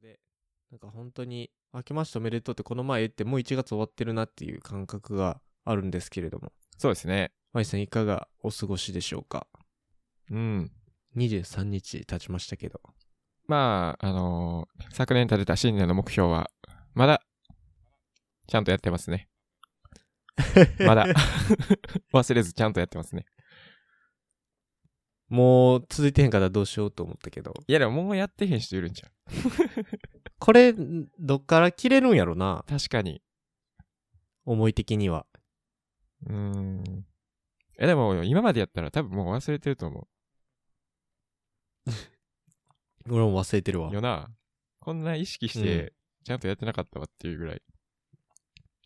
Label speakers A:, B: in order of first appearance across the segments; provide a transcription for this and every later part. A: で、なんか本当に、明けましておめでとうってこの前言って、もう1月終わってるなっていう感覚があるんですけれども、
B: そうですね。
A: Y さんいかがお過ごしでしょうか
B: うん。
A: ?23 日経ちましたけど。
B: まあ、あのー昨年立てた新年の目標は、まだ、ちゃんとやってますね。まだ、 忘れずちゃんとやってますね。
A: もう続いてへんからどうしようと思ったけど、
B: いやでももうやってへん人いるんじゃう
A: これ、んどっから切れるんやろな
B: 確かに。
A: 思い的には。
B: うーん。え、でも今までやったら多分もう忘れてると思
A: 俺も忘れてるわ
B: う。。よな。こんな意識し
A: うん
B: て、ちゃんとやってなかったわっていうぐらい。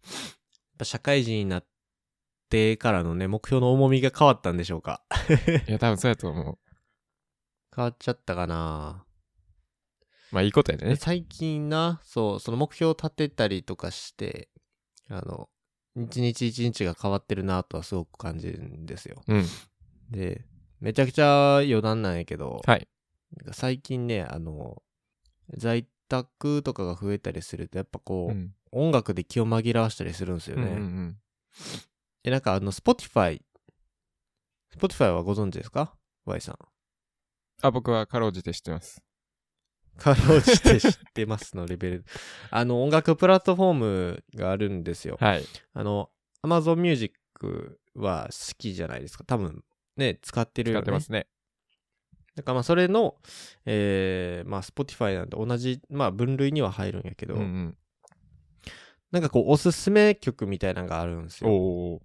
A: やっぱ社会人になってからのね、目標の重みが変わったんでしょうか。
B: いや、多分そうやと思う。
A: 変わっちゃったかな
B: まあいいことやね。
A: 最近な、そう、その目標を立てたりとかして、あの、一日一日が変わってるなとはすごく感じるんですよ。
B: うん。
A: で、めちゃくちゃ余談なんやけど、
B: はい。
A: なんか最近ね、あの、在宅とかが増えたりすると、やっぱこ
B: う
A: う、
B: ん。
A: 音楽で気を紛らわしたりするんですよ
B: うんう
A: ね。
B: んうん。
A: で、なんかあの、Spotify、Spotify はご存知ですか ?Y さん。
B: あ、僕はかろうじて知ってます。
A: かろうじて知ってますのレベル。あの、音楽プラットフォームがあるんですよ。
B: はい。
A: あの、Amazon Music は好きじゃないですか。多分、ね、使ってるよ、ね。
B: 使ってますね。
A: だからまあ、それの、えー、まあ、Spotify なんて同じ、まあ、分類には入るんやけ
B: う
A: ど、
B: んうん。
A: なんかこう、おすすめ曲みたいなのがあるんですよ。
B: お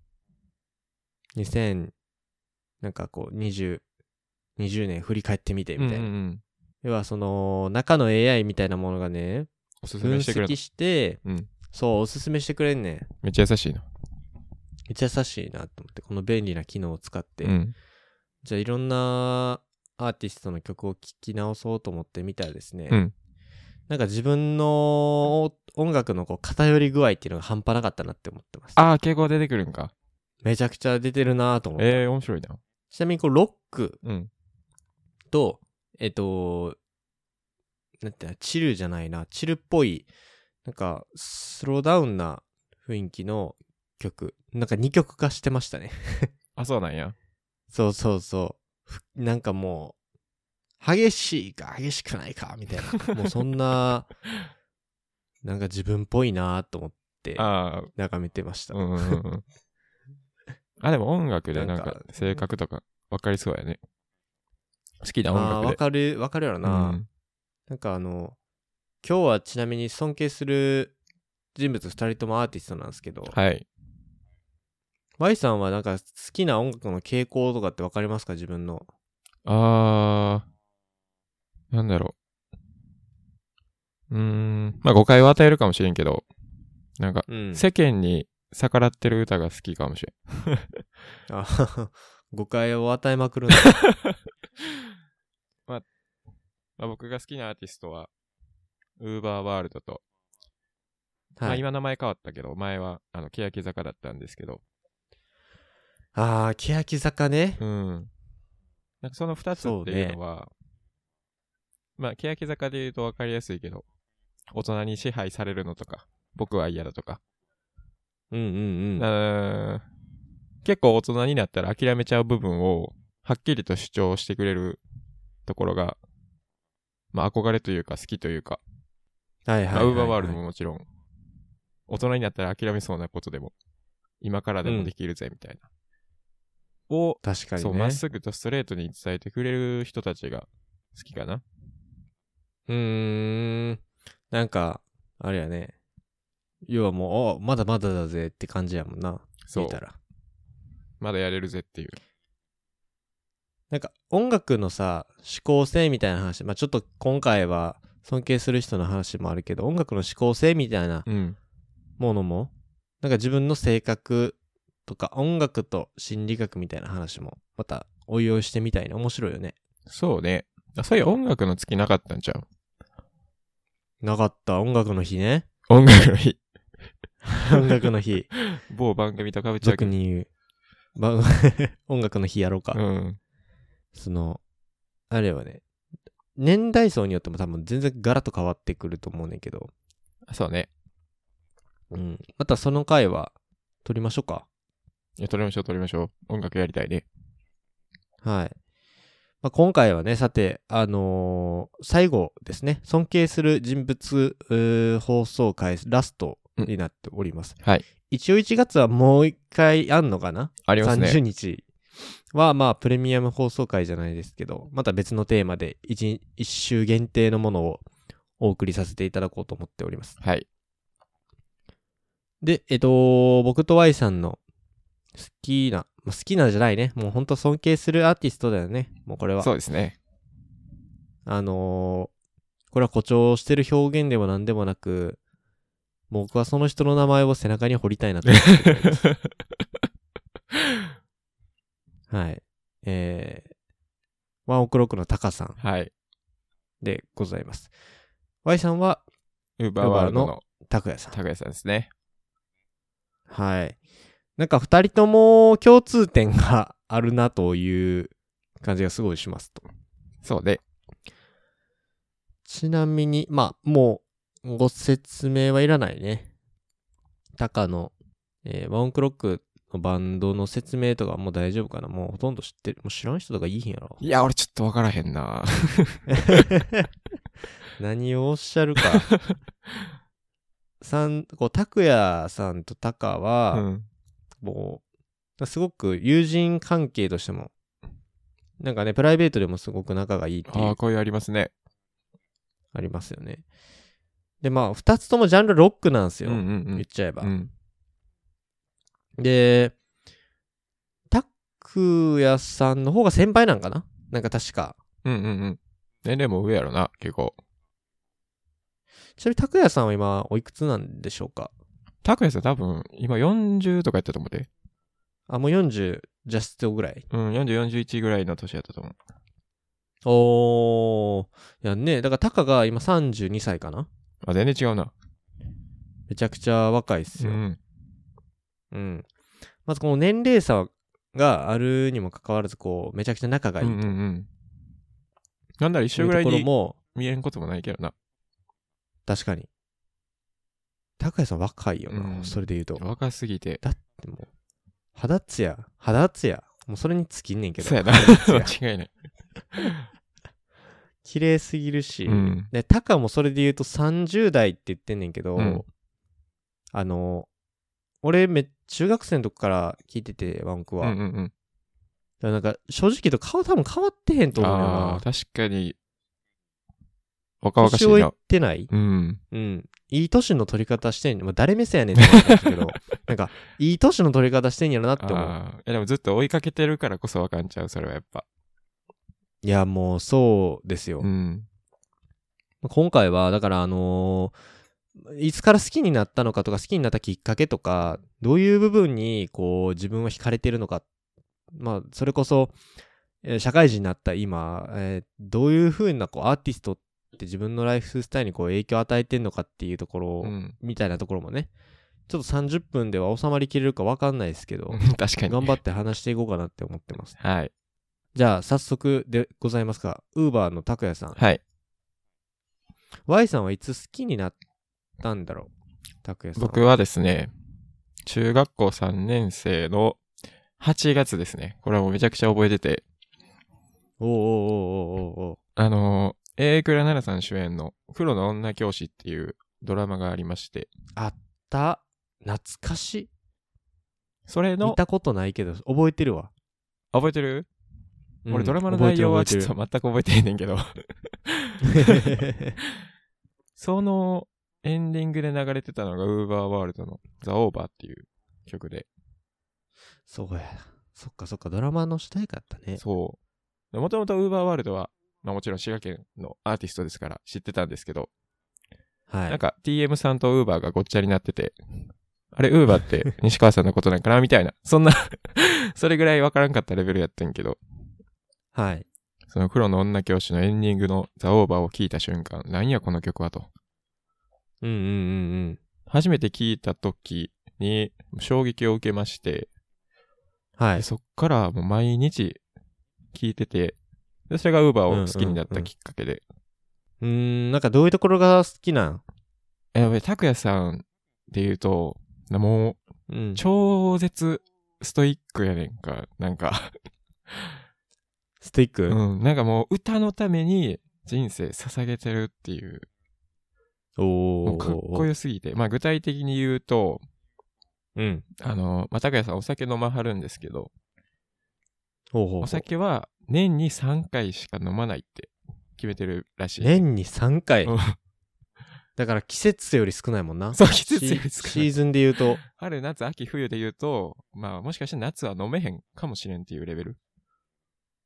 B: ー。
A: 2000、なんかこう、20、20年振り返ってみて、みたいな。
B: うんうんうん
A: 要は、その、中の AI みたいなものがね、
B: おすす
A: 分
B: めしてくれた
A: 析して、
B: うん。
A: そう、おすすめしてくれんねん。
B: めっちゃ優しいな。
A: めっちゃ優しいなと思って、この便利な機能を使って、
B: うん。
A: じゃあいろんなアーティストの曲を聴き直そうと思ってみたらですね、
B: うん
A: なんか自分の音楽のこう偏り具合っていうのが半端なかったなって思ってます。
B: ああ、傾向出てくるんか。
A: めちゃくちゃ出てるなと思って。
B: ええー、面白いな。
A: ちなみにこうロック
B: うん。
A: と、えっと、なんていうのチルじゃないな、チルっぽい、なんかスローダウンな雰囲気の曲、なんか2曲化してましたね。
B: あ、そうなんや。
A: そうそうそうふ。なんかもう、激しいか激しくないかみたいな。もうそんな、なんか自分っぽいなと思って
B: あ
A: 眺めてました。
B: あ、うんうんうんうん。 あ、でも音楽でな
A: なん
B: んか
A: か
B: 性格とか分かりそうやね。好きな音
A: ああー、
B: 楽
A: わ
B: で。
A: かる、わかるやろな、
B: うん
A: なんかあの、今日はちなみに尊敬する人物2人ともアーティストなんですけど、
B: はい。
A: Y さんはなんか好きな音楽の傾向とかってわかりますか自分の。
B: ああ、なんだろう。うーん。まあ誤解を与えるかもしれんけど、なんか、
A: うん。
B: 世間に逆らってる歌が好きかもしれん。
A: あ 誤解を与えまく るんだ。
B: まあ、僕が好きなアーティストは、ウーバーワールドと、ま
A: は
B: あ
A: い、
B: 今名前変わったけど、前は、あの、欅坂だったんですけど、
A: ああ、欅坂ね。
B: うん。なんかその二つっていうのは、まあ、欅坂で言うと分かりやすいけど、大人に支配されるのとか、僕は嫌だとか、
A: うんうんうん。
B: うーん結構大人になったら諦めちゃう部分を、はっきりと主張してくれるところが、まあ、憧れというか好きというか、
A: はいはいは
B: まあ
A: い、
B: ウ
A: はい。
B: ーバーワールドももちろん、大人になったら諦めそうなことでも、今からでもできるぜ、みたいな。を、
A: 確かにね。
B: そう、まっすぐとストレートに伝えてくれる人たちが好きかな。
A: うーん。なんか、あれやね。要はもう、おまだまだだぜって感じやもんな。
B: そう
A: 見た。ら。
B: まだやれるぜっていう。
A: なんか、音楽のさ、指向性みたいな話。まあちょっと今回は、尊敬する人の話もあるけど、音楽の指向性みたいな
B: うん。
A: ものも、なんか自分の性格とか、音楽と心理学みたいな話も、また、応用してみたいな。面白いよね。
B: そうね。あそういう音楽の月なかったんちゃう
A: なかった、音楽の日ね。
B: 音楽の 日。
A: 音楽の日。
B: 某番組とかぶっちゃ
A: 俗
B: うけど。
A: に言う。 ま音楽の日やろうか。
B: うん。
A: その、あれはね、年代層によっても多分全然ガラッと変わってくると思うねんけど、
B: そうね。
A: うん。またその回は撮りましょうか。
B: いや、撮りましょう、撮りましょう。音楽やりたいね。
A: はい。まあ、今回はね、さて、あのー最後ですね、尊敬する人物うー放送回ラストになっております。
B: はい。
A: 一応1月はもう1回あんのかな
B: あります
A: 30
B: ね。
A: 日はまあプレミアム放送回じゃないですけどまた別のテーマで 1, 週限定のものをお送りさせていただこうと思っております
B: はい。
A: でえっと僕と Y さんの好きな、まあ、好きなじゃないねもうほんと尊敬するアーティストだよねもうこれは
B: そうですね。
A: あのーこれは誇張してる表現でも何でもなくもう僕はその人の名前を背中に彫りたいなと思っておりますはいえー、ワンオクロックのタカさん
B: はい。
A: でございます。Y さんは、
B: ウーバーワールドの
A: 拓也さん。
B: 拓也さんですね。
A: はい。なんか二人とも共通点があるなという感じがすごいしますと。
B: そうで、
A: ちなみに、まあ、もう、ご説明はいらないね。タカの、えーワンクロックのバンドの説明とかもう大丈夫かなもうほとんど知ってる。もう知らん人とかいいひんやろ。
B: いや、俺ちょっとわからへんな。
A: 何をおっしゃる か。さん、こう、拓也さんとタカは、
B: うん。
A: もう、すごく友人関係としても、なんかね、プライベートでもすごく仲がいいってい
B: あ
A: う
B: あ、、こういうありますね。
A: ありますよね。で、まあ、二つともジャンルロックなんです
B: うん
A: よ。
B: うんう
A: 言っ
B: ん。
A: ちゃえば。
B: うん、
A: で、タクヤさんの方が先輩なんかななんか確か。
B: うんうんうん。年齢も上やろな、結構。
A: ちなみにタクヤさんは今、おいくつなんでしょうか
B: 拓也さん多分、今40とかやったと思うで。
A: あ、もう40ジャストぐらい。
B: うん、40、41ぐらいの年やったと思う。
A: おー。やんね。だからタカが今32歳かな
B: あ、全然違うな。
A: めちゃくちゃ若いっす
B: う
A: よ。
B: ん。
A: うん。まずこの年齢差があるにもかかわらず、こう、めちゃくちゃ仲がいい
B: うんうんうん。なんなら一
A: とい
B: 緒
A: う
B: ぐら
A: とこ
B: い
A: ろ
B: に
A: も、
B: 見えんこともないけどな。
A: 確かに。高谷さん若いよな、
B: うん
A: それで言うと。
B: 若すぎて。
A: でも、肌ツヤ、肌ツヤ。もうそれに尽きんねんけど。
B: そう やな。
A: 肌ツヤ
B: 間違いない。
A: 綺麗すぎるし。
B: うん。
A: で、タカもそれで言うと30代って言ってんねんけど、
B: うん
A: あの、俺め、中学生の時から聞いてて、ワンク
B: うんう
A: は。
B: んうん。
A: だからなんか、正直言うと顔多分変わってへんと思うよ
B: あ
A: な
B: あ、。確かに。若々し
A: 年
B: い
A: 老い
B: な
A: っ。てない
B: うん。
A: うん。いい年の取り方してんの。まあ、誰目線やねんって思ったんですけ ど、なんか、いい年の取り方してんやろなって思う。
B: ああ。え、でもずっと追いかけてるからこそわかんちゃう、それはやっぱ。
A: いや、もう、そうですよ。
B: うん。
A: まあ今回は、だから、あのーいつから好きになったのかとか、好きになったきっかけとか、どういう部分に、こう、自分は惹かれてるのか。まあ、それこそ、えー社会人になった今、えーどういうふうな、こう、アーティストって自分のライフスタイルにこう影響を与えてんのかっていうところを、
B: うん。
A: みたいなところもね、ちょっと30分では収まりきれるか分かんないですけど、
B: 確かに。
A: 頑張って話していこうかなって思ってます。
B: はい。
A: じゃあ、早速でございますが、ウーバーの拓也さん。
B: はい。
A: Y さんはいつ好きになったんだろう拓也さん。
B: 僕はですね、中学校3年生の8月ですね。これはもうめちゃくちゃ覚えてて、
A: おうおうおうおうおうおう
B: あのー、A 倉奈々さん主演の黒の女教師っていうドラマがありまして、
A: あった。懐かし
B: それ
A: い。見
B: の、
A: たことないけど、覚えてるわ。
B: 覚えてる、
A: うん
B: 俺ドラマの内容はち
A: 覚
B: ょ
A: え
B: って
A: る
B: と全く覚えてへんね んけど、
A: 覚えてる
B: そのエンディングで流れてたのが Uber World の The Over っていう曲で、
A: そうや。そっかそっか、ドラマの主題歌やったね。
B: そう。もともと Uber World は、まあもちろん滋賀県のアーティストですから知ってたんですけど、
A: はい。
B: なんか TM さんと Uber がごっちゃになってて、あれ Uber って西川さんのことなんかなみたいな、そんな、 それぐらいわからんかったレベルやってんけど、
A: はい。
B: その黒の女教師のエンディングのザ・オーバーを聞いた瞬間、なんやこの曲はと。
A: うんうんうんうん。
B: 初めて聞いた時に衝撃を受けまして、
A: はい。
B: そっからもう毎日聞いてて、で、それが Uber を好きになったきっかけで。
A: うーん、なんかどういうところが好きなん
B: え、俺、拓也さんで言うと、も
A: うん
B: う、。超絶ストイックやねんか。なんか、
A: スティック、
B: うん、なんかもう歌のために人生捧げてるっていう、も
A: お
B: う
A: ー。
B: かっこよすぎて。まあ具体的に言うと、
A: うん。
B: あの、まあ、拓也さんお酒飲まはるんですけど、
A: ほうほうほう
B: お酒は年に3回しか飲まないって決めてるらしい。
A: 年に3回
B: うん。
A: だから季節より少ないもんな。
B: そう、季節よ
A: シ
B: り少
A: シ
B: な
A: ー
B: い。
A: ズンで言うと。
B: 春、夏、秋、冬で言うと、まあもしかして夏は飲めへんかもしれんっていうレベル。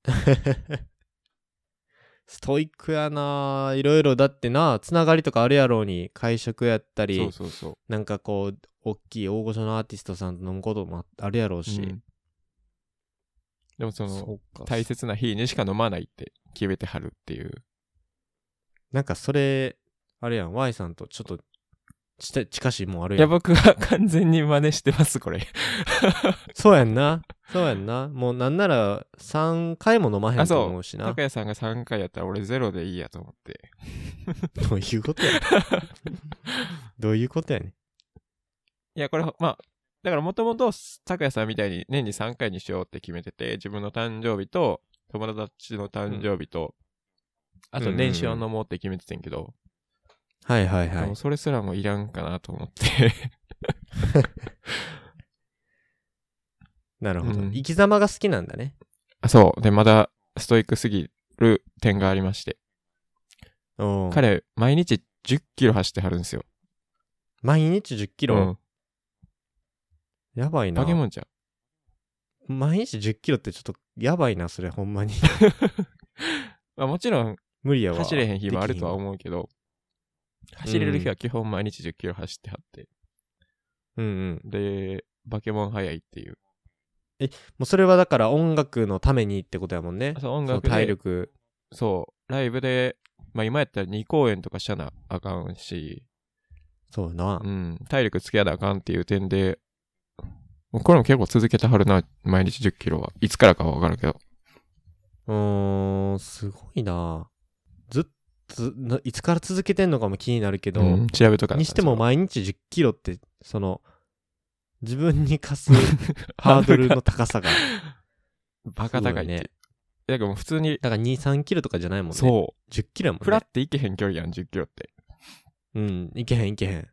A: ストイックやなぁいろいろだってなつながりとかあるやろうに会食やったり
B: そうそうそう。
A: なんかこう大きい大御所のアーティストさんと飲むこともあるやろうし、
B: うんでもその、
A: うか
B: 大切な日にしか飲まないって決めてはるっていう。
A: なんかそれあれやん Y さんとちょっとちて近しいもんある
B: いや、
A: やん
B: 僕は完全に真似してます、こ れ。
A: そうやんなそうやんなもうなんなら3回も飲まへん
B: あ、
A: と
B: そ
A: 思
B: う。
A: うしな
B: 高谷さんが3回やったら俺ゼロでいいやと思って。
A: どういうこと やどういうことやねん
B: いや、これ、まあ、だからもともと高谷さんみたいに年に3回にしようって決めてて、自分の誕生日と、友達の誕生日と、あと年始を飲もうって決めててんけど、
A: はいはいは
B: も
A: いう
B: それすらもいらんかなと思って。
A: なるほど、
B: うん
A: 生き様が好きなんだね
B: あ、そう。で、まだストイックすぎる点がありまして。
A: うん
B: 彼、毎日10キロ走ってはるんですよ。
A: 毎日1 0キロ、
B: うん
A: やばいな
B: 化け物じゃん。
A: 毎日1 0キロってちょっとやばいなそれほんまに
B: まあ、もちろん、
A: 無理やわ
B: 走れへん日もあるとは
A: う
B: 思うけど、走れる日は基本毎日10キロ走ってはって。
A: うんうん
B: で、バケモン速いっていう。
A: もうそれはだから音楽のためにってことやもんね
B: あそう、音
A: そう
B: 楽で。
A: 体力
B: そう、ライブで、まあ今やったら2公演とかしゃなあかんし、
A: そうやな、
B: うん、体力つけやなあかんっていう点で、もうこれも結構続けてはるな、毎日10キロは。いつからかはわからんけど。
A: うーんすごいなずっとないつから続けてんのかも気になるけど、
B: うん、調べとかな
A: にして も
B: それは
A: 毎日1 0キロってその自分に 課すハードルの高さが
B: バカ高いっていう。
A: すごいね
B: だからもう普通に、
A: だから2 3キロとかじゃないもんね1
B: そう、
A: 0キロやもんね
B: フラっていけへん距離やん、10キロって。
A: うんいけへんいけへん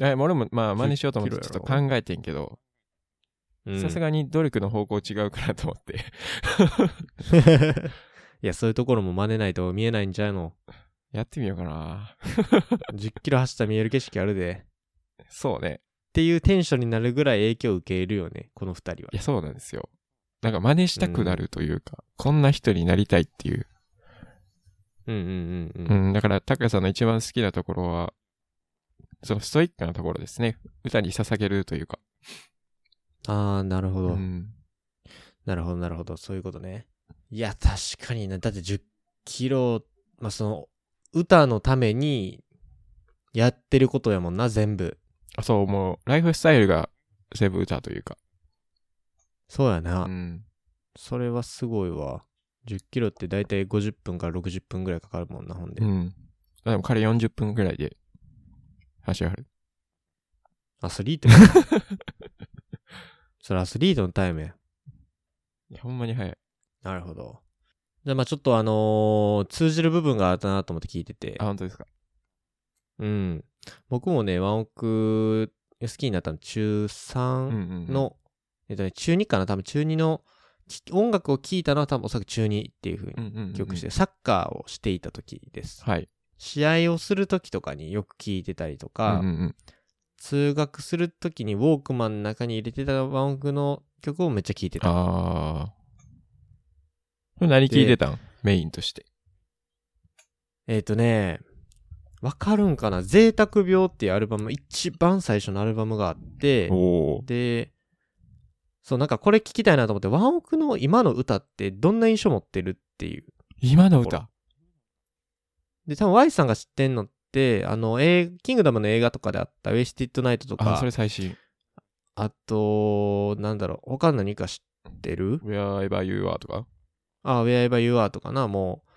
B: え、俺もまあ真似しようと思って
A: 10キ
B: ちょっ
A: ロ
B: と
A: やろ
B: 考えてんけど、
A: うん
B: さすがに努力の方向違うかなと思って。
A: いや、そういうところも真似ないと見えないんちゃうの。
B: やってみようかな。
A: 10キロ走ったら見える景色あるで。っ
B: そうね。。
A: ていうテンションになるぐらい影響を受けるよね、この二人はい
B: や、そうなんですよ。なんか真似したくなるというか、こんな人になりたいっていう。
A: うんうんうんう。
B: うんん、だから、拓也さんの一番好きなところは、そのストイックなところですね。歌に捧げるというか。
A: あー、なるほど、
B: うん。
A: なるほど、なるほど。そういうことね。いや、確かにね。だって10キロ、まあ、その、歌のためにやってることやもんな、全部。
B: あそう、もう、ライフスタイルが全部歌というか。
A: そうやな。
B: うん。
A: それはすごいわ。10キロってだいたい50分から60分ぐらいかかるもんな、ほんで。
B: うん。あでも彼40分ぐらいで、走りはる。
A: アスリートや。 それアスリートのタイムや。
B: いや、ほんまに早い。
A: なるほど。じゃあまあちょっとあのー通じる部分があったなと思って聞いてて
B: あ、。本当ですか。
A: うん。僕もね、ワンオク好きになったの中
B: うんう
A: 3
B: んうん。
A: の、えっとね、中2かな多分中2の、き音楽を聴いたのは多分おそらく中2っていう風
B: うん
A: に
B: うんうんうん
A: 記憶して、サッカーをしていた時です。
B: はい。
A: 試合をする時とかによく聴いてたりと
B: う
A: か、
B: んうんうん
A: 通学する時にウォークマンの中に入れてたワンオクの曲をめっちゃ聴いてた。
B: ああ。何聞いてたんメインとして。
A: えっ、とね、わかるんかな贅沢病っていうアルバム、一番最初のアルバムがあって、
B: おー
A: で、そう、なんかこれ聞きたいなと思って、ワンオクの今の歌ってどんな印象持ってるっていう。
B: 今の歌。
A: で、多分 Y さんが知ってんのって、あの、えーキングダムの映画とかであった、ウェスティッドナイトと
B: あー、
A: か
B: それ、最新。
A: あと、なんだろう、他何か知ってる
B: Wherever You Are とか。
A: あ、Wherever You Are とかな、もう、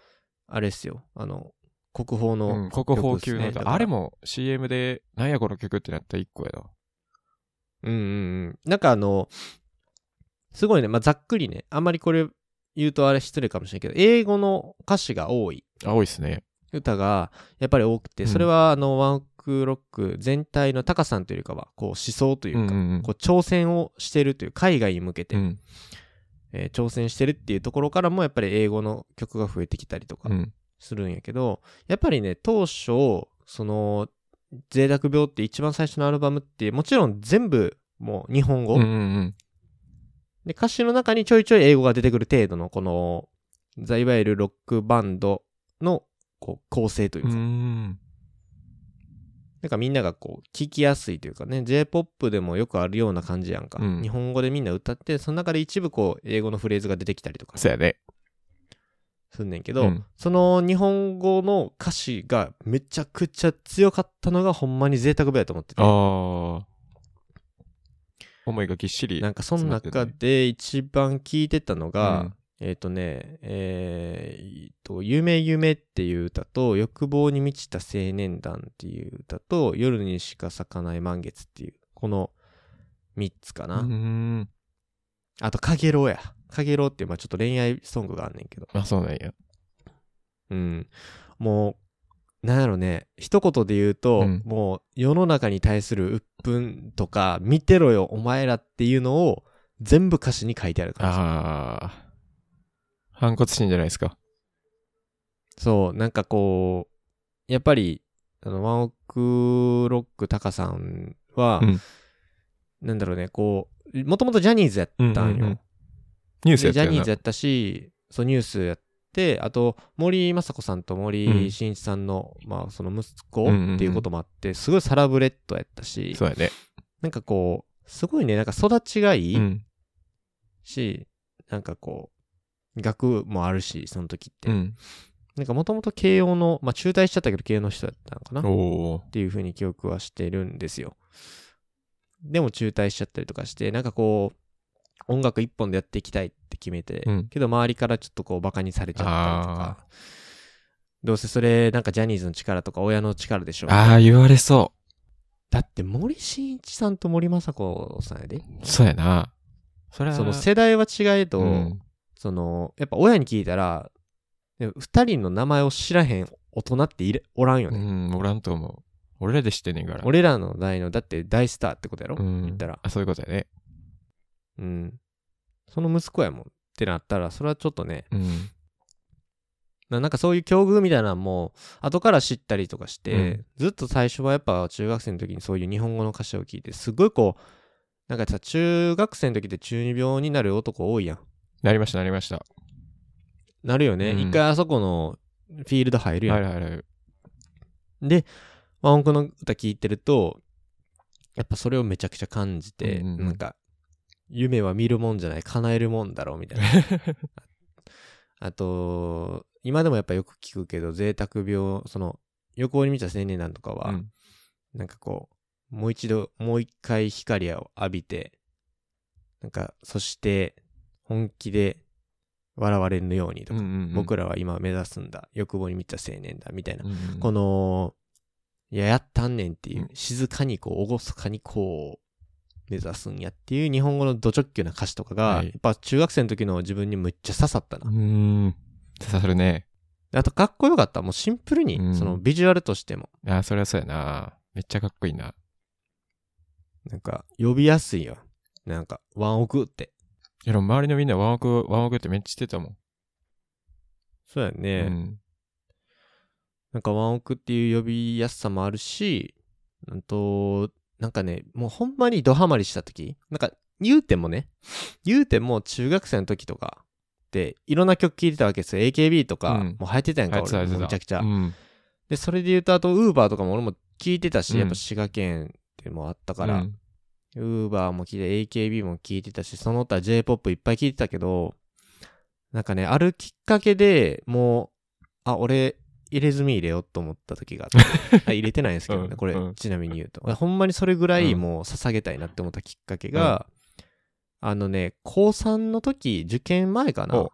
A: あれっすよ。あの、国宝の、
B: うん、国宝級
A: 曲っす
B: の
A: ねだか
B: 歌。
A: ら
B: あれも CM で、なんやこの曲ってなった一個やな。
A: うんうんうん。なんかあの、すごいね、まあ、ざっくりね、あんまりこれ言うとあれ失礼かもしれないけど、英語の歌詞が多い
B: 青いっすね。
A: 歌がやっぱり多くて、
B: うん
A: それはあの、ワンオクロック全体の高さんというよりかは、こう思想といううん
B: う
A: か、
B: ん
A: こう挑戦をしてるという、海外に向けて、
B: うん。うん
A: えー挑戦してるっていうところからもやっぱり英語の曲が増えてきたりとか
B: うん。
A: するんやけど、やっぱりね、当初、その、贅沢病って一番最初のアルバムって、もちろん全部もう日本語、
B: うんうん
A: で、歌詞の中にちょいちょい英語が出てくる程度の、この、ざいわゆるロックバンドの、こう、構成という
B: う
A: か、
B: ん。うん。
A: なんかみんながこう、聞きやすいというかね、J-POP でもよくあるような感じやんか。
B: うん
A: 日本語でみんな歌って、その中で一部こう、英語のフレーズが出てきたりとか
B: そうやね。
A: すんねんけど、
B: うん
A: その日本語の歌詞がめちゃくちゃ強かったのがほんまに贅沢部やと思ってて。
B: ああ。思いがぎっしり。
A: なんかその中で一番聞いてたのが、えっ、とね、えーえっと、夢夢っていう歌と、欲望に満ちた青年団っていう歌と、夜にしか咲かない満月っていう、この3つか
B: う
A: な。
B: ん、うん。
A: あと、かげろうや。かげろうっていう、まあちょっと恋愛ソングがあんねんけど。
B: あ、そうなんや。
A: うん。もう、なんやろね、一言で言うと、
B: うん
A: もう世の中に対する鬱憤とか、見てろよ、お前らっていうのを、全部歌詞に書いてある感じ。
B: ああ。反骨心じゃないですか。
A: そう、なんかこう、やっぱり、あの、ワンオクロックタカさんは、
B: うん
A: なんだろうね、こう、もともとジャニーズやったんよ。
B: うんうんうんニュースや
A: で
B: っ
A: ジャ
B: たよな
A: ニーズやったし、そう、ニュースやって、あと、森雅子さんと森進一さんの、まあ、その息子っていうこともあって、すごいサラブレッドやったし、
B: そうやね。
A: なんかこう、すごいね、なんか育ちがいい
B: うん。
A: し、なんかこう、学もあるし、その時って。
B: うん。
A: なんかもともと慶応の、まあ中退しちゃったけど慶応の人だったのかな
B: おお
A: っていう風に記憶はしてるんですよ。でも中退しちゃったりとかして、なんかこう、音楽一本でやっていきたいって決めて、
B: うん
A: けど周りからちょっとこうバカにされちゃったりとか、どうせそれなんかジャニーズの力とか親の力でしょ。
B: ああ、言われそ
A: だって森進一さんと森雅子さんやで。
B: う。そうやな。それは、
A: その世代は違えど、
B: うん
A: その、やっぱ親に聞いたら、で二人の名前を知らへん大人っていれおらんよ
B: う
A: ね。
B: ん、おらんと思う。俺らで知ってんねんから。
A: 俺らの代の、だって大スターってことやろ、
B: うん、
A: 言ったら。
B: あ、そういうことやね。
A: うん。その息子やもんってなったら、それはちょっとね、
B: うん。
A: ななんかそういう境遇みたいなのも、後から知ったりとかして、
B: うん
A: ずっと最初はやっぱ中学生の時にそういう日本語の歌詞を聞いて、すごいこう、なんかさ、中学生の時って中二病になる男多いやん。
B: なりました、なりました。
A: なるよね。
B: うん
A: 一回あそこのフィールド入るやん。
B: はいはいはい。
A: で、和音の歌聞いてると、やっぱそれをめちゃくちゃ感じて、
B: うんうんうん
A: なんか、夢は見るもんじゃない、叶えるもんだろ、みた いな。ああと、今でもやっぱよく聞くけど、贅沢病、その、横に見た青年団とかは、
B: うん
A: なんかこう、もう一度、もう一回光を浴びて、なんか、そして、本気で笑われぬようにと
B: うん
A: か、
B: うん
A: 僕
B: ら、
A: らは今目指すんだ、欲望に満ちた青年だ、みたいな
B: う。んうん
A: この、いや、やったんねんっていう、
B: うん
A: 静かにこう、おごそかにこう、目指すんやっていう日本語のド直球な歌詞とかが、
B: はい
A: やっぱ中学生の時の自分にむっちゃ刺さったな。
B: うん。刺さるね。
A: あと、かっこよかった。もうシンプルに、
B: うん
A: そのビジュアルとしても、
B: あー、それはそうやな。めっちゃかっこいいな。
A: なんか、呼びやすいよ。なんか、ワンオクって。
B: いや、でも周りのみんなワンオク、ワンオクってめっちゃ知ってたもん。
A: そうやね。
B: うん。
A: なんか、ワンオクっていう呼びやすさもあるし、うんと、なんかね、もうほんまにドハマりした時、なんか、言うてもね、言うても中学生の時とかって、いろんな曲聴いてたわけですよ。AKB とか、
B: うん
A: もう流行ってたやんか、
B: あいつあ
A: 俺
B: いつ
A: も
B: だ。
A: めちゃくちゃ。
B: うん。
A: で、それで言うと、あと、ウーバーとかも俺も聴いてたし、
B: うん
A: やっぱ滋賀県でもあったから、
B: うん
A: ウーバーも聴いて、AKB も聴いてたし、その他 J-POP いっぱい聴いてたけど、なんかね、あるきっかけでもう、あ、俺、入れ墨入れようと思った時があって あ入れてないんですけど
B: う
A: ね、
B: ん
A: これ
B: うん、
A: ちなみに言うと。俺ほんまにそれぐらい
B: うん
A: もう捧げたいなって思ったきっかけが、あのね、高3の時、受験前かな
B: お。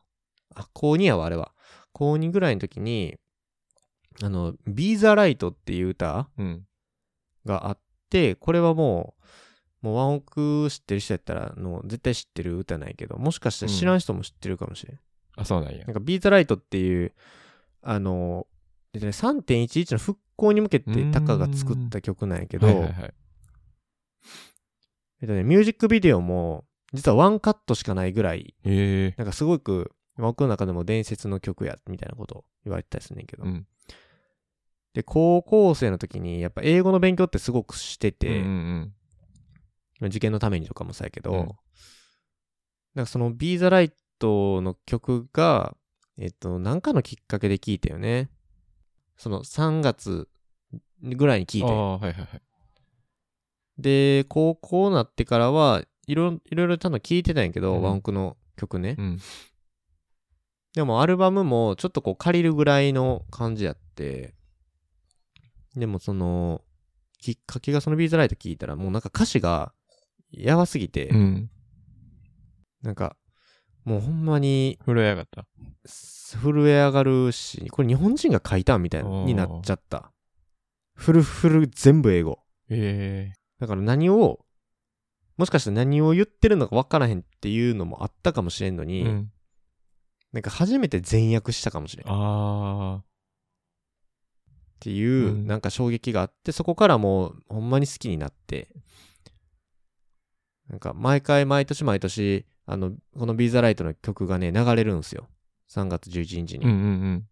A: あ、高2やわ、あれは。高2ぐらいの時に、あの、Be the Light っていう歌
B: うん。
A: があって、これはもう、もうワンオク知ってる人やったら、の絶対知ってる歌ないけど、もしかしたら知らん人も知ってるかもしれん。
B: あ、そうなんや
A: なん。かビートライトっていう、あの、でね3.11の復興に向けてタカが作った曲なんやけど、
B: はいはいはい。
A: えっとね、ミュージックビデオも、実はワンカットしかないぐらい、
B: へえ。
A: なんかすごく、僕の中でも伝説の曲や、みたいなことを言われてたりすんねんけど。
B: うん
A: で、高校生の時に、やっぱ英語の勉強ってすごくしてて、
B: うんうん
A: 受験のためにとかもそうやけど、
B: うん
A: なんかそのビーザライトの曲が、えっと、なんかのきっかけで聴いたよね。その3月ぐらいに聴
B: う
A: い
B: ん。あ
A: て。
B: あー、はいはいはい。
A: で、高校になってからは、いろ、いろいろ多分聴いてたんやけど、
B: うん
A: ワンオクの曲ね。
B: うん。
A: でもアルバムもちょっとこう借りるぐらいの感じやって、でもその、きっかけがそのビーザライト聴いたら、もうなんか歌詞がやばすぎて、
B: うん。
A: なんか、もうほんまに
B: 震えやがった。
A: 震え上がるし、これ日本人が書いたんみたいな、
B: おー
A: になっちゃった。フルフル全部英語。
B: へえ。
A: だから何を、もしかしたら何を言ってるのか分からへんっていうのもあったかもしれんのに、
B: うん。
A: なんか初めて全訳したかもしれんっ
B: あ
A: ていう、
B: うん
A: なんか衝撃があって、そこからもうほんまに好きになって、なんか毎回毎年毎年、あの、このビーザライトの曲がね、流れるんですよ。3月11日に。
B: あ。うんうん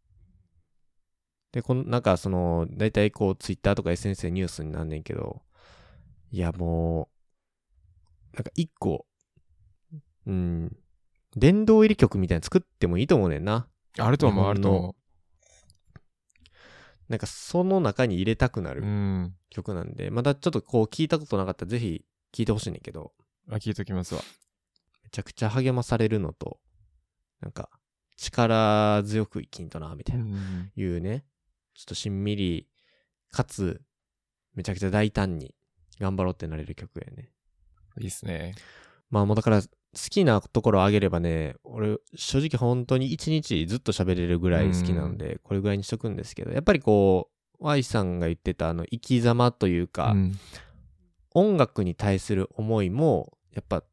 A: で、この、なんかその、大体こう、ツイッターとか SNS でニュースになんねんけど、いやもう、なんか一個、うん、殿堂入り曲みたいなの作ってもいいと思うねんな。
B: うん。あると思う、あると思
A: なんかその中に入れたくな
B: う。う
A: る
B: ん。
A: 曲なんで、まだちょっとこう聞いたことなかったらぜひ聞いてほしいねんけど、
B: あ、聞いときますわ。
A: めちゃくちゃ励まされるのと、なんか力強く生きんとな、みたいな。
B: ん。
A: いうね、ちょっとしんみり、かつ、めちゃくちゃ大胆に頑張ろうってなれる曲やね。
B: いいっすね。
A: まあもうだから、好きなところをあげればね、俺、正直本当に一日ずっと喋れるぐらい好きなんで、これぐらいにしとくんですけど、やっぱりこう、Y さんが言ってたあの生き様というか、
B: うん
A: 音楽に対する思いも、やっぱ、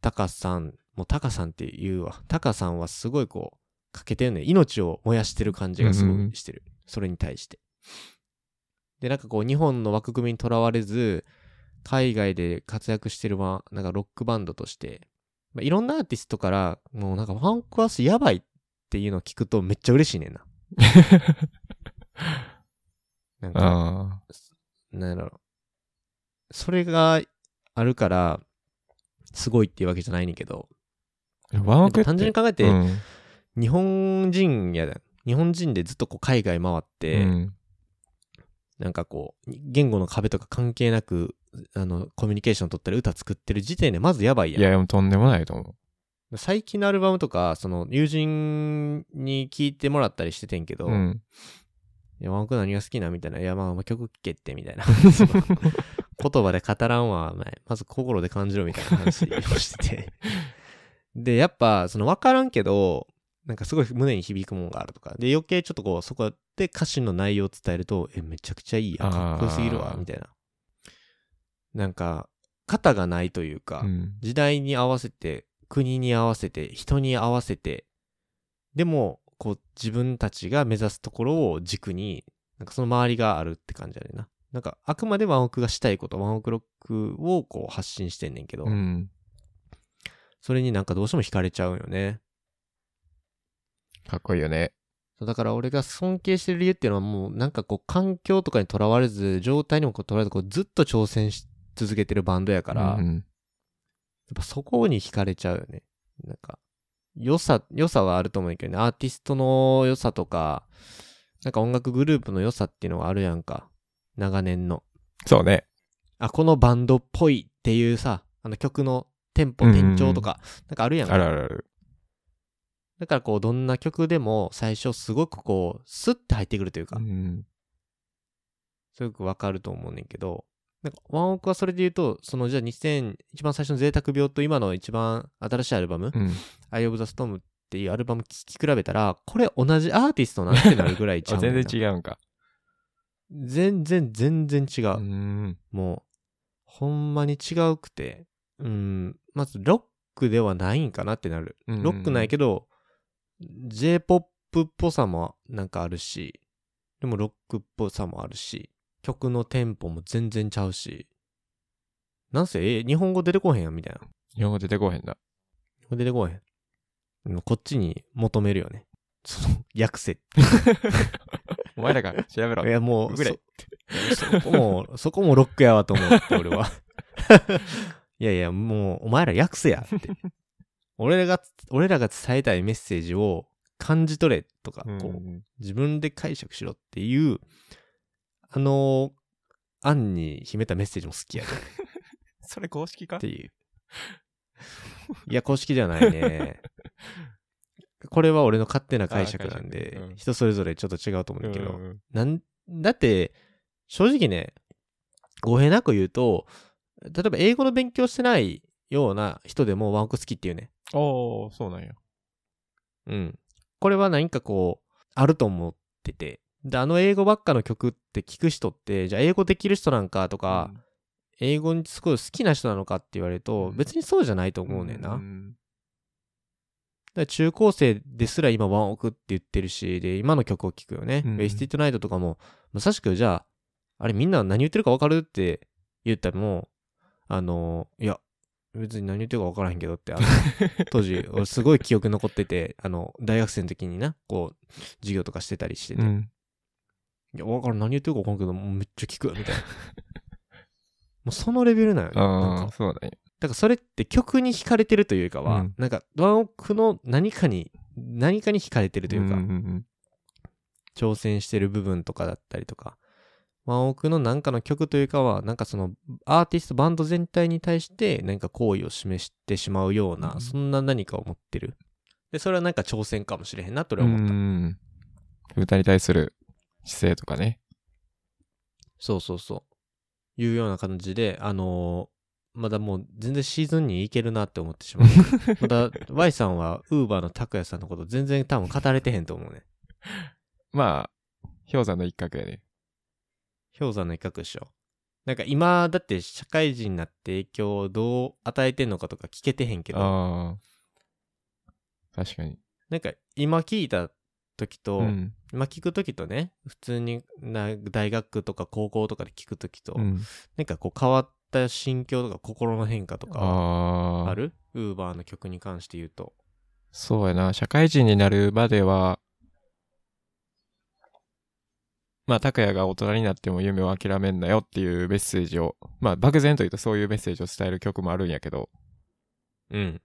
A: タカさん、もうタカさんって言うわ。タカさんはすごいこう、かけてるね。命を燃やしてる感じがす
B: うんう
A: ご
B: ん
A: いしてる。それに対して。で、なんかこう、日本の枠組みにとらわれず、海外で活躍してるわ、なんかロックバンドとして、まあ、いろんなアーティストから、もうなんかファンクアスやばいっていうのを聞くとめっちゃ嬉しいね んな。なんか、
B: あ
A: なんだろう。それがあるから、すごいっていうわけじゃないねんけど、
B: あ。ワンオクって
A: 単純に考えて
B: うん
A: 日本人やだ。日本人でずっとこう海外回って、
B: うん
A: なんかこう、言語の壁とか関係なく、あの、コミュニケーション取ったり歌作ってる時点でまずやばいや
B: い
A: ん。
B: や、でもとんでもないと思う。
A: 最近のアルバムとか、その友人に聞いてもらったりしててんけど、
B: うん。
A: いや、ワンク何が好きなみたいな。いや、まあ、まあ曲聴けって、みたいな。その言葉で語らんわ、まあまず心で感じろ、みたいな話をしてて。で、やっぱ、その分からんけど、なんかすごい胸に響くもんがあるとか。で、余計ちょっとこう、そこで歌詞の内容を伝えると、え、めちゃくちゃいいやん。かっこよすぎるわ
B: あ、ー
A: みたいな。なんか、型がないというか、
B: うん
A: 時代に合わせて国に合わせて人に合わせてでもこう自分たちが目指すところを軸になんかその周りがあるって感じだねんななんかあくまでワンオクがしたいことワンオクロックをこう発信してんねんけど、
B: うん。
A: それになんかどうしても惹かれちゃうよね
B: かっこいいよね。
A: そうだから俺が尊敬してる理由っていうのはもうなんかこう環境とかにとらわれず状態にもとらわれずこうずっと挑戦し続けてるバンドやから、
B: うん
A: やっぱそこに惹かれちゃうよね。なんか、良さ、良さはあると思うけどね。アーティストの良さとか、なんか音楽グループの良さっていうのがあるやんか。長年の。
B: そうね。
A: あ、このバンドっぽいっていうさ、あの曲のテンポ、
B: うんうんうん
A: 転調とか、なんかあるやんか。
B: あるあるある。
A: だからこう、どんな曲でも最初すごくこう、スッて入ってくるというか、
B: うん
A: すごくわかると思うねんけど、なんか、ワンオクはそれで言うと、そのじゃあ2000、一番最初の贅沢病と今の一番新しいアルバム、
B: うん。
A: アイ・オブ・ザ・ストームっていうアルバム聴き比べたら、これ同じアーティストなんてなるぐらいちゃ
B: あ
A: うねんな
B: 全然違うんか。
A: 全然、全然違う。
B: うーん。
A: もう、ほんまに違うくて、うん、まずロックではないんかなってなる。
B: うんうんうん
A: ロックないけど、J-POP っぽさもなんかあるし、でもロックっぽさもあるし、曲のテンポも全然ちゃうし、なんせ、え、日本語出てこへんやんみたいな。
B: 日本語出てこへんな。
A: 日本語出てこへん。うんこっちに求めるよね。その、訳せ。
B: お前 らが調べろ
A: い。や、もう、
B: ぐらい。
A: そこも、そこもロックやわと思って、俺 は。いやいや、もう、お前ら訳せやって。俺らが、俺らが伝えたいメッセージを感じ取れとか、
B: うん
A: こう、自分で解釈しろっていう、あのー、案に秘めたメッセージも好きやね
B: それ公式か
A: っていう。いや、公式ではないね。これは俺の勝手な解釈なん
B: あ
A: で
B: 解釈う、ん
A: 人それぞれちょっと違うと思うんだけど、
B: うん
A: なん、だって、正直ね、語弊なく言うと、例えば英語の勉強してないような人でもワンオク好きっていうね。
B: おおそうなんや。
A: うん。これは何かこう、あると思ってて。で、あの英語ばっかの曲って聞く人って、じゃあ英語できる人なんかとか、英語にすごい好きな人なのかって言われると、
B: うん
A: 別にそうじゃないと
B: うん、
A: 思うねんな。
B: ん
A: だから中高生ですら今ワンオクって言ってるし、で、今の曲を聴くよね。
B: うん
A: ウェイスティッドナイトとかも、まさしくじゃあ、あれみんな何言ってるか分かるって言ったらもう、あの、いや、別に何言ってるか分からへんけど って、あの当時、俺すごい記憶残ってて、あの、大学生の時にな、こう、授業とかしてたりしてて、
B: う
A: い
B: ん
A: や、分からん何言ってるか分からんけど、もうめっちゃ聞くみ たいな。もうそのレベルなのよね。なん
B: あ
A: か
B: あ、そうなんや。
A: だからそれって曲に惹かれてるというかは、
B: うん
A: なんかワンオクの何かに何かに惹かれてるというか、
B: んんん
A: 挑戦してる部分とかだったりとかワンオクの何かの曲というかはなんかそのアーティストバンド全体に対して何か好意を示してしまうような、
B: うん
A: そんな何かを持ってるでそれはなんか挑戦かもしれへんなと俺は思った、
B: うん歌に対する姿勢とかね。
A: そうそうそういうような感じであのーまだもう全然シーズンに行けるなって思ってし まうまだ Y さんはウーバーの拓也さんのこと全然多分語れてへんと思うね
B: まあ、氷山の一角やね。
A: 氷山の一角でしょ。なんか今、だって社会人になって影響をどう与えてんのかとか聞けてへんけど、
B: ああ。確かに。
A: なんか今聞いた時と、
B: ん。
A: 今聞く時とね、普通にな大学とか高校とかで聞く時と、
B: うん
A: なんかこう変わった心境とか心の変化とか
B: ああ。
A: あるウーバーの曲に関して言うと。
B: そうやな。社会人になるまでは、まあ、拓也が大人になっても夢を諦めんなよっていうメッセージを、まあ、漠然と言うとそういうメッセージを伝える曲もあるんやけど、
A: うん。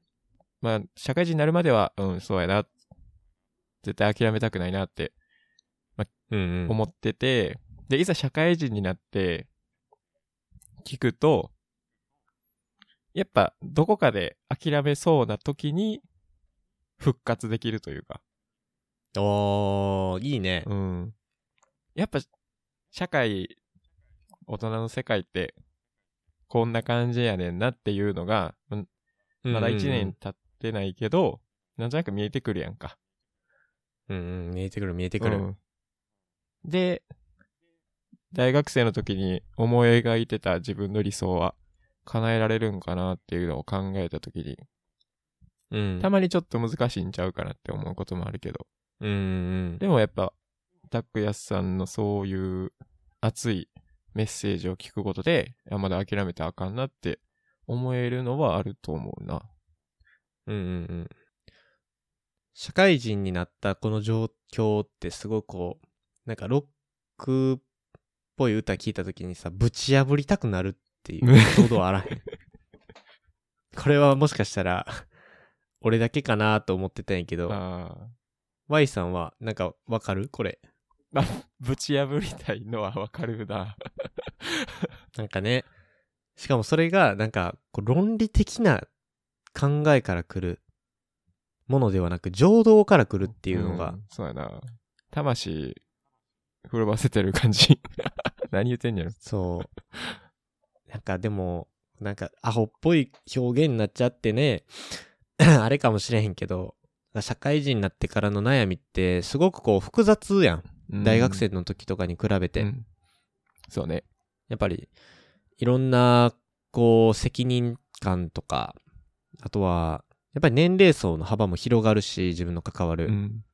B: まあ、社会人になるまでは、うん、そうやな。絶対諦めたくないなって
A: うんうん。
B: 思ってて、で、いざ社会人になって、聞くと、やっぱ、どこかで諦めそうな時に、復活できるというか、
A: おー、いいね。
B: うん。やっぱ、社会、大人の世界って、こんな感じやねんなっていうのが、うんまだ1年。経ってないけど、なんとなく見えてくるやんか。
A: うんうん、見えてくる見えてくる。
B: うんで、大学生の時に思い描いてた自分の理想は叶えられるんかなっていうのを考えた時に、
A: うん。
B: たまにちょっと難しいんちゃうかなって思うこともあるけど、
A: うんうん。
B: でもやっぱ、タクヤスさんのそういう熱いメッセージを聞くことで、いやまだ諦めてあかんなって思えるのはあると思うな。
A: うんうんうん。社会人になったこの状況ってすごくこう、なんかロックっぽい歌聞いた時にさ、ぶち破りたくなるっていう
B: ね
A: 衝動あらへん。これはもしかしたら、俺だけかなと思ってたんやけど、
B: ああ。
A: Y さんはなんかわかるこれ。
B: ぶち破りたいのはわかるな。
A: なんかね、しかもそれがなんかこう論理的な考えから来るものではなく、情動から来るっていうのが、
B: んそうやな。魂、震わせてる 感じ。何言ってんやろ。
A: そう。 なんかでも、 なんかアホっぽい表現になっちゃってね、あれかもしれへんけど、社会人になってからの悩みって、すごくこう複雑やん。
B: うん
A: 大学生の時とかに比べて。
B: うんそうね。
A: やっぱり、いろんな、こう、責任感とか、あとは、やっぱり年齢層の幅も広がるし、自分の関わる。
B: うん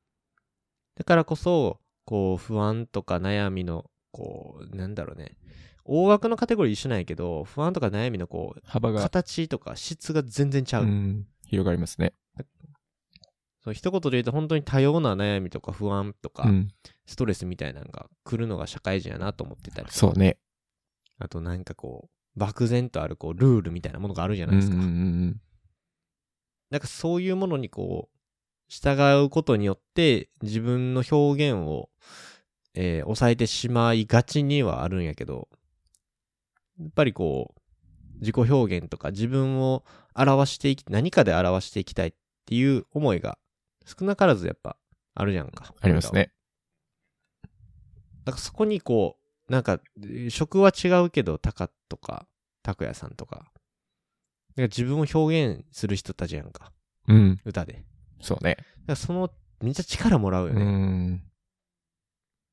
A: だからこそ、こう、不安とか悩みの、こう、なんだろうね。大枠のカテゴリー一緒なんやけど、不安とか悩みの、こう、
B: 幅が、
A: 形とか質が全然ちゃう。
B: うん広がりますね。
A: そう一言で言うと、本当に多様な悩みとか不安とか、
B: うん
A: ストレスみたいなのが来るのが社会人やなと思ってたりとか
B: そうね。
A: あとなんかこう、漠然とある、こう、ルールみたいなものがあるじゃ
B: う
A: ない
B: ん
A: で
B: う
A: す
B: ん
A: か。
B: うん
A: なんかそういうものにこう、従うことによって自分の表現を、えー抑えてしまいがちにはあるんやけど、やっぱりこう、自己表現とか自分を表していき、何かで表していきたいっていう思いが少なからずやっぱあるじゃんか。
B: あります。ね。
A: なんかそこにこう、なんか、職は違うけど、タカとか、タクヤさんとか、なんか自分を表現する人たちやんか、
B: うん。
A: 歌で。
B: そう
A: だ
B: ね。
A: からその、めっちゃ力もらうよ
B: う
A: ね。
B: ん。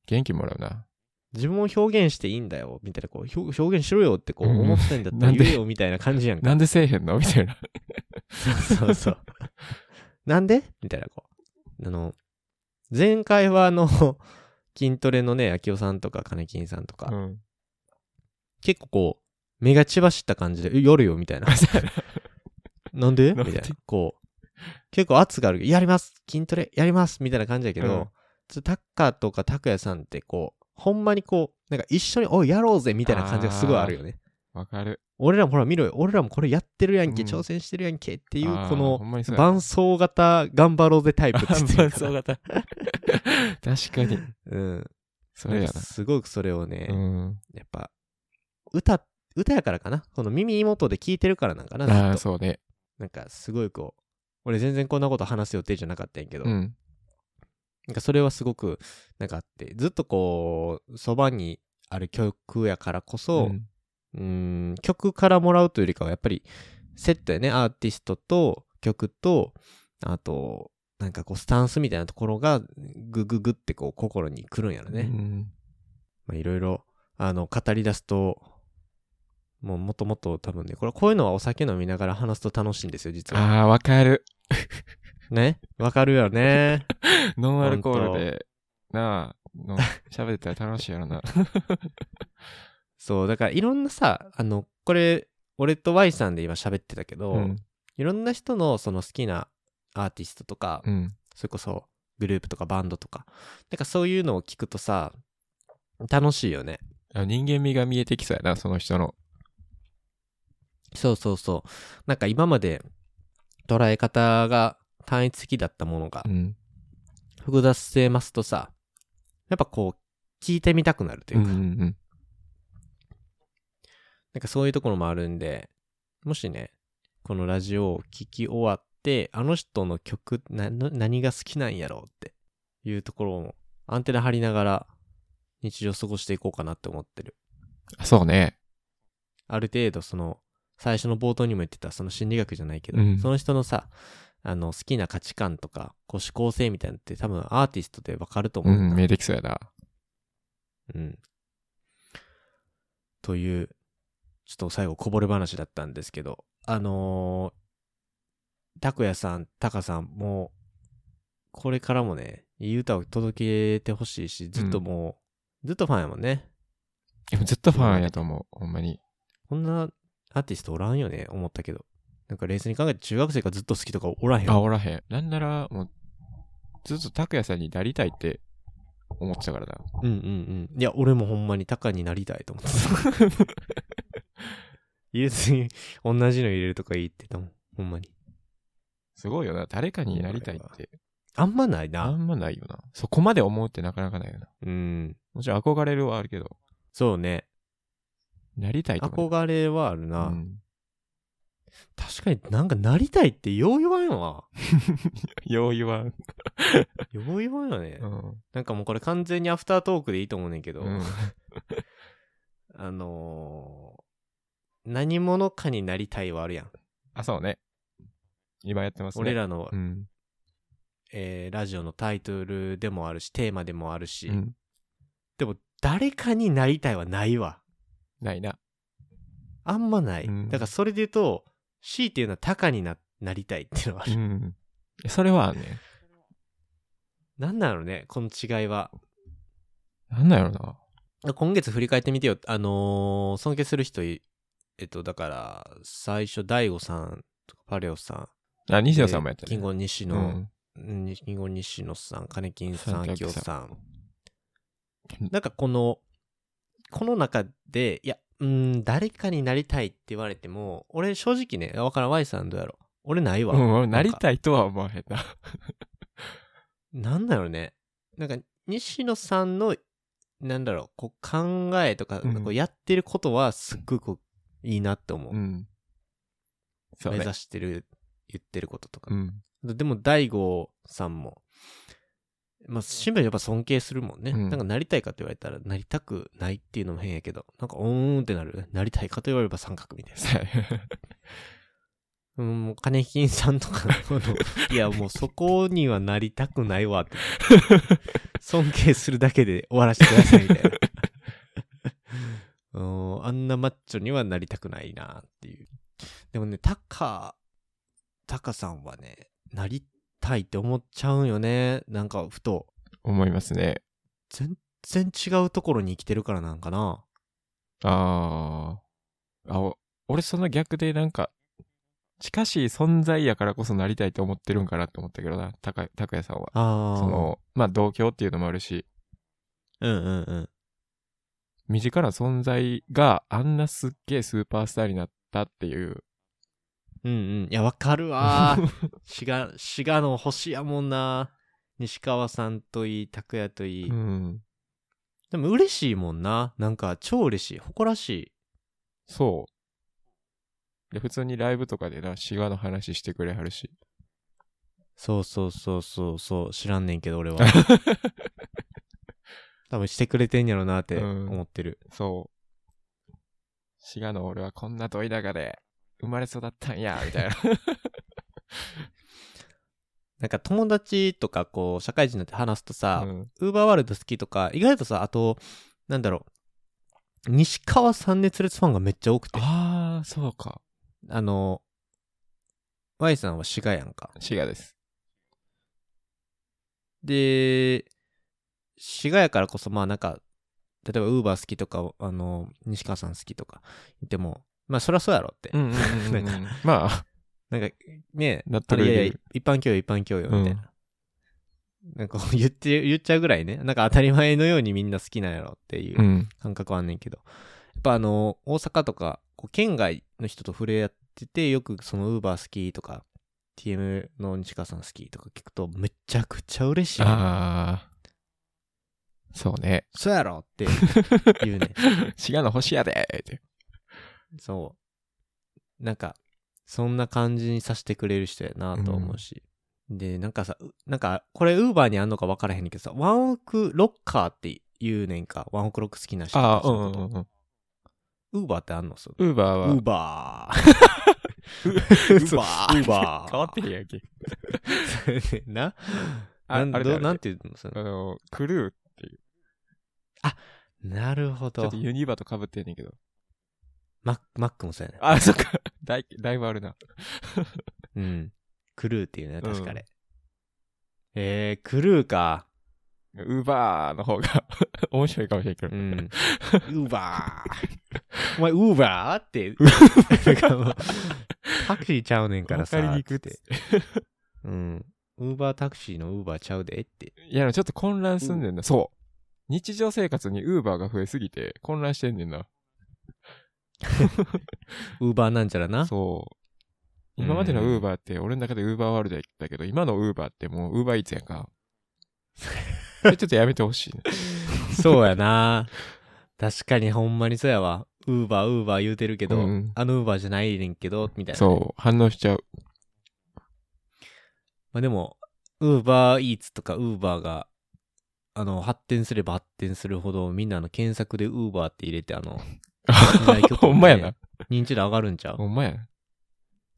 B: 元気もらうな。
A: 自分を表現していいんだよ、みたいな、こう、ひょ表現しろよってこう
B: うん
A: 思ってんだった
B: な
A: ら
B: んで
A: 言えよ、みたいな感じやんか。
B: なんでせえへんのみ たいな。
A: そうそう。なんでみたいな、こう。あの、前回はあの、 筋トレのね、秋夫さんとか金金さんとか、
B: うん。
A: 結構こう、目が血走った感じで、え夜よ、みたいな。 なんで
B: な
A: み
B: んで
A: たいな。こう、結構圧がある。やります筋トレやりますみたいな感じやけ
B: うん
A: ど、ちょっとタッカーとかタクヤさんってこう、ほんまにこう、なんか一緒に、おい、やろうぜみたいな感じがすごいあるよね。
B: わかる。
A: 俺らもほら見ろよ。俺らもこれやってるやんけ。
B: うん
A: 挑戦してるやんけ。っていう
B: あ、ー
A: こ
B: ほ
A: の、
B: んまにそうや
A: 伴奏型頑張ろうぜタイプって言ってる
B: 伴
A: から
B: 奏型。確かに。
A: うん。
B: それやな。
A: すごくそれをね、
B: うん。
A: やっぱ、歌、歌やからかな。この耳元で聞いてるからなんかな。ずっと
B: ああ、そうね。
A: なんかすごいこう、俺全然こんなこと話す予定じゃなかったんやけど、
B: うん。
A: なんかそれはすごくなんかあって、ずっとこう、そばにある曲やからこそ、
B: ん
A: うーん、曲からもらうというよりかはやっぱりセットやね、アーティストと曲と、あと、なんかこうスタンスみたいなところがグググってこう心に来るんやろね。
B: うん
A: まあいろいろ、あの、語り出すと、もうもともと多分ね、これこういうのはお酒飲みながら話すと楽しいんですよ、実は。
B: ああ、わかる。
A: ねわかるよね。
B: ノンアルコールで、なあ、の 喋ってたら楽しいやろな。
A: そう、だからいろんなさ、あの、これ、俺と Y さんで今喋ってたけど、
B: うん。
A: いろんな人のその好きなアーティストとか、
B: うん。
A: それこそグループとかバンドとか、なんかそういうのを聞くとさ、楽しいよね。
B: あ人間味が見えてきそうやな、その人の。
A: そうそうそう。なんか今まで捉え方が単一的だったものが
B: うん。
A: 複雑性増すとさ、やっぱこう、聞いてみたくなるといううんか、
B: うん
A: なんかそういうところもあるんで、もしね、このラジオを聞き終わって、あの人の曲、なの何が好きなんやろうっていうところも、アンテナ張りながら日常過ごしていこうかなって思ってる。
B: うん。そうね。
A: ある程度、その、最初の冒頭にも言ってた、その心理学じゃないけど、
B: うん
A: その人のさ、あの、好きな価値観とか、こう思考性みたいなのって多分アーティストでわかると思
B: う
A: うだ
B: ん、見えてきそうやな。
A: うん。という、ちょっと最後こぼれ話だったんですけど、あのー、拓也さん、タカさん、もう、これからもね、いい歌を届けてほしいし、ずっともう、ずっとファンやもんね。
B: でもずっとファンやと思う、ほんまに。
A: こんなアーティストおらんよね、思ったけど。なんか冷静に考えて中学生からずっと好きとかおらへん
B: あ、
A: よ。
B: おらへん。なんなら、もう、ずっと拓也さんになりたいって思ってたからな。
A: うんうんうん。いや、俺もほんまにタカになりたいと思ってた。入れずに、同じの入れるとかいいって言ったもん。ほんまに。
B: すごいよな。誰かになりたいって、
A: あんまない
B: あ
A: な。
B: んまないよな。そこまで思うってなかなかないよな。
A: うん。
B: もちろん憧れるはあるけど、
A: そうね。
B: なりたいと思う。
A: 憧れはあるな。
B: うん
A: 確かになんかなりたいってよう言わん わ。
B: よう言わん。
A: よう言わんよね。
B: うん。
A: なんかもうこれ完全にアフタートークでいいと思うねんけど、
B: うん
A: あのー、何者かになりたいはあるやん。
B: あ、そうね。今やってますね。
A: 俺らの
B: うん。
A: えーラジオのタイトルでもあるし、テーマでもあるし、
B: うん。
A: でも誰かになりたいはないわ。
B: ないな。
A: あんまない。
B: うん
A: だからそれで言うと、C っていうのはタカにななりたいっていうのはあ
B: う
A: る。
B: ん。それはあんねん。
A: なんなのね、この違いは。
B: なんだろうな。
A: 今月振り返ってみてよ。あのー尊敬する人い、えっと、だから、最初、大悟さんとか、パレオさん。
B: あ、西野さんもやって
A: キングオン西野、
B: ん。
A: うん、キングオン西野さん、金金さ
B: さん
A: ん、
B: 京
A: 京
B: 子さん
A: さん。なんかこの、この中で、いや、うん、誰かになりたいって言われても、俺正直ね、わからん、Y さんどうやろ。俺ないわ。
B: うん、俺なり
A: い。
B: たいとは思わへんな。
A: なんだろうね。なんか、西野さんの、なんだろう、こう考えとか、
B: うん
A: こうやってることはすっごいこう、いいなって思う。
B: うん。そう
A: 目
B: ね
A: 指。してる、言ってることとか
B: う。ん。
A: でも、大悟さんも、まあ、新聞やっぱ尊敬するもんね。
B: うん
A: なんかなりたいかと言われたら、なりたくないっていうのも変やけど、なんか、うーんってなる。なりたいかと言われれば三角みたいな。
B: そうやね
A: うん、もう金金さんとかの、こ の、いや、もうそこにはなりたくない わって。尊敬するだけで終わらせてくださいみたいな。 うんあんなマッチョにはなりたくないなっていう。でもね、タカ、タカさんはね、なりたいって思っちゃうんよね。なんか、ふと。
B: 思いますね。
A: 全然違うところに生きてるからなんかな。
B: あーあ。お俺その逆でなんか、近しい存在やからこそなりたいと思ってるんかなと思ったけどな、たか、たかやさんは。
A: ああ。
B: そ、の、まあ同居っていうのもあるし、
A: うんうんうん。
B: 身近な存在があんなすっげえスーパースターになったっていう。
A: うんうん。いや、わかるわー。 滋賀、滋賀の星やもんな。西川さんといい、拓也といい。
B: うん。
A: でも嬉しいもんな。なんか超嬉しい。誇らしい。
B: そう。で、普通にライブとかでな、滋賀の話してくれはるし。
A: そうそうそうそうそう。知らんねんけど俺 は。多分してくれてんやろなって
B: うん
A: 思ってる。
B: そう。滋賀の俺はこんな遠田舎で生まれ育ったんや、み たいな。
A: なんか友達とかこう、社会人になって話すとさ、
B: うん
A: ウーバーワールド好きとか、意外とさ、あと、なんだろう。西川さん熱烈ファンがめっちゃ多くて。あ
B: ああ、そうか。
A: の、Y さんは滋賀やんか。
B: 滋賀です。
A: で、滋賀やからこそ、まあなんか、例えばウーバー好きとか、あの、西川さん好きとか言っても、まあそりゃそうやろって。
B: うんうんうんうん、
A: なん
B: まあ、
A: なんか、ねえ
B: 納、
A: あ
B: 得
A: れいやい
B: で
A: や
B: きる、。
A: 一般教養一般教養みたいな。なんかこう言って、言っちゃうぐらいね、なんか当たり前のようにみんな好きなんやろっていううん感覚はあんねんけど。やっぱあの、大阪とか、こう県外の人と触れ合ってて、よくそのウーバー好きとか、TM の西川さん好きとか聞くと、めちゃくちゃ嬉しいね。
B: ああ。そうね。
A: そうやろ って言うね。
B: 滋賀の星やでって。
A: そう。なんか、そんな感じにさせてくれる人やなと思うし。で、なんかさ、うなんか、これ、ウーバーにあんのか分からへんねんけどさ、ワンオクロッカーって言うねんか。ワンオクロック好きな人
B: ああ、
A: と
B: う
A: か
B: んうんうん。
A: ウーバーってあんのそう。
B: ウーバ
A: ウ
B: ーは。
A: ーバー。ウーバー。ウーバー。
B: 変わってへんやん け。
A: ってな。
B: あ
A: なん
B: あれだよ
A: どうな
B: あ
A: ん
B: れ
A: て言うのその
B: あの、クルー、
A: なるほ
B: ちょっ
A: ど
B: と。ユニバと被ってんねんけど。
A: マック、マックもそうやね。
B: あ、そっか。 だい、だいぶあるな。
A: うん。クルーっていうね、確
B: うん
A: かあれ。えー、クルーか。
B: ウーバーの方が 面白いかもしれんけど。
A: うん。ウ ーバー。お前、ウーバーって。なんかもうタクシーちゃうねんからさ。
B: わかりにくくて。
A: うん。ウーバータクシーのウーバーちゃうでって。
B: いや、でもちょっと混乱すんねんな。そう。日常生活にウーバーが増えすぎて混乱してんねんな。
A: ウーバーなんちゃらな。
B: そう。今までのウーバーって、俺の中でウーバーワールドやったけど、今のウーバーってもうウーバーイーツやんか。 それちょっとやめてほ しいね。
A: そうやな。確かにほんまにそうやわ。ウーバー、ウーバー言うてるけど、
B: うん
A: あのウーバーじゃないねんけど、みたいな。
B: そう。反応しちゃう。
A: まあでも、ウーバーイーツとかウーバーが、あの、発展すれば発展するほど、みんなあの検索でウーバーって入れて、あの、代曲もね
B: ほんまやな。
A: 認知度上がるんちゃう
B: ほんまやな。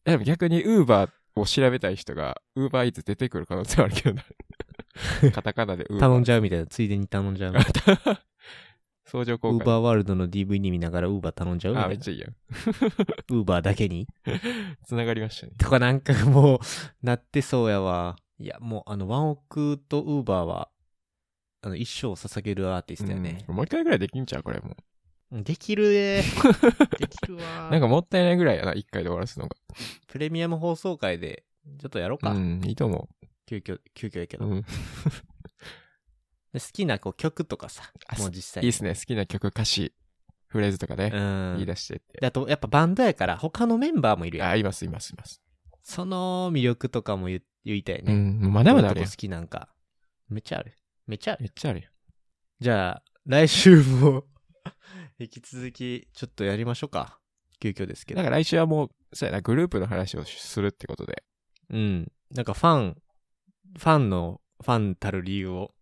B: えでも逆にウーバーを調べたい人が、ウーバーイーツ出てくる可能性はあるけどな。 カタカナでウーバー。
A: 頼んじゃうみたいな。ついでに頼んじゃう。
B: 相乗効
A: ウー
B: 果。
A: バーワールドの DVD 見ながらウーバー頼んじゃうみ
B: あ、
A: た
B: め
A: い
B: っ
A: な。
B: ちゃいいやん。
A: ウーバーだけに
B: つながりましたね。
A: とかなんかもう、なってそうやわ。いや、もうあの、ワンオクとウーバーは、あの、一生を捧げるアーティストやね。
B: うんもう一回ぐらいできんちゃうこれも
A: できるね。 できるわ
B: う。。なんかもったいないぐらいやな、一回で終わらすのが。
A: プレミアム放送会で、ちょっとやろうか。
B: うん、いいと思
A: 急遽、急遽やけ
B: う。
A: ど。
B: うん。
A: で好きなこう曲とかさ
B: あ、
A: もう実際
B: いい
A: に。
B: っすね。好きな曲、歌詞、フレーズとかね。
A: うん。
B: 言い出してって。
A: であと、やっぱバンドやから、他のメンバーもいるやん。
B: あ、います、います、います。
A: その魅力とかも言言いたいうね。
B: ん、まだまだ
A: ど
B: ある
A: ういう
B: やん
A: とこ。好きなんか。めっちゃある。めっちゃある。
B: めっちゃあるやん。
A: じゃあ、来週も、 引き続き、ちょっとやりましょうか。急遽ですけ
B: だ
A: ど
B: か。ら来週はもう、そうやな、グループの話をするってことで。
A: うん。なんかファン、ファンの、ファンたる理由を、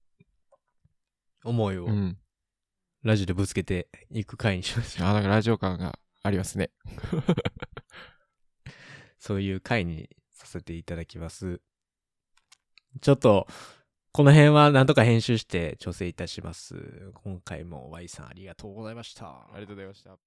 A: 思いを
B: う、ん。
A: ラジオでぶつけていく回にしましょう。
B: あ、なんかラジオ感がありますね。
A: そういう回にさせていただきます。ちょっと、この辺はなんとか編集して調整いたします。今回も Y さんありがとうございました。
B: ありがとうございました。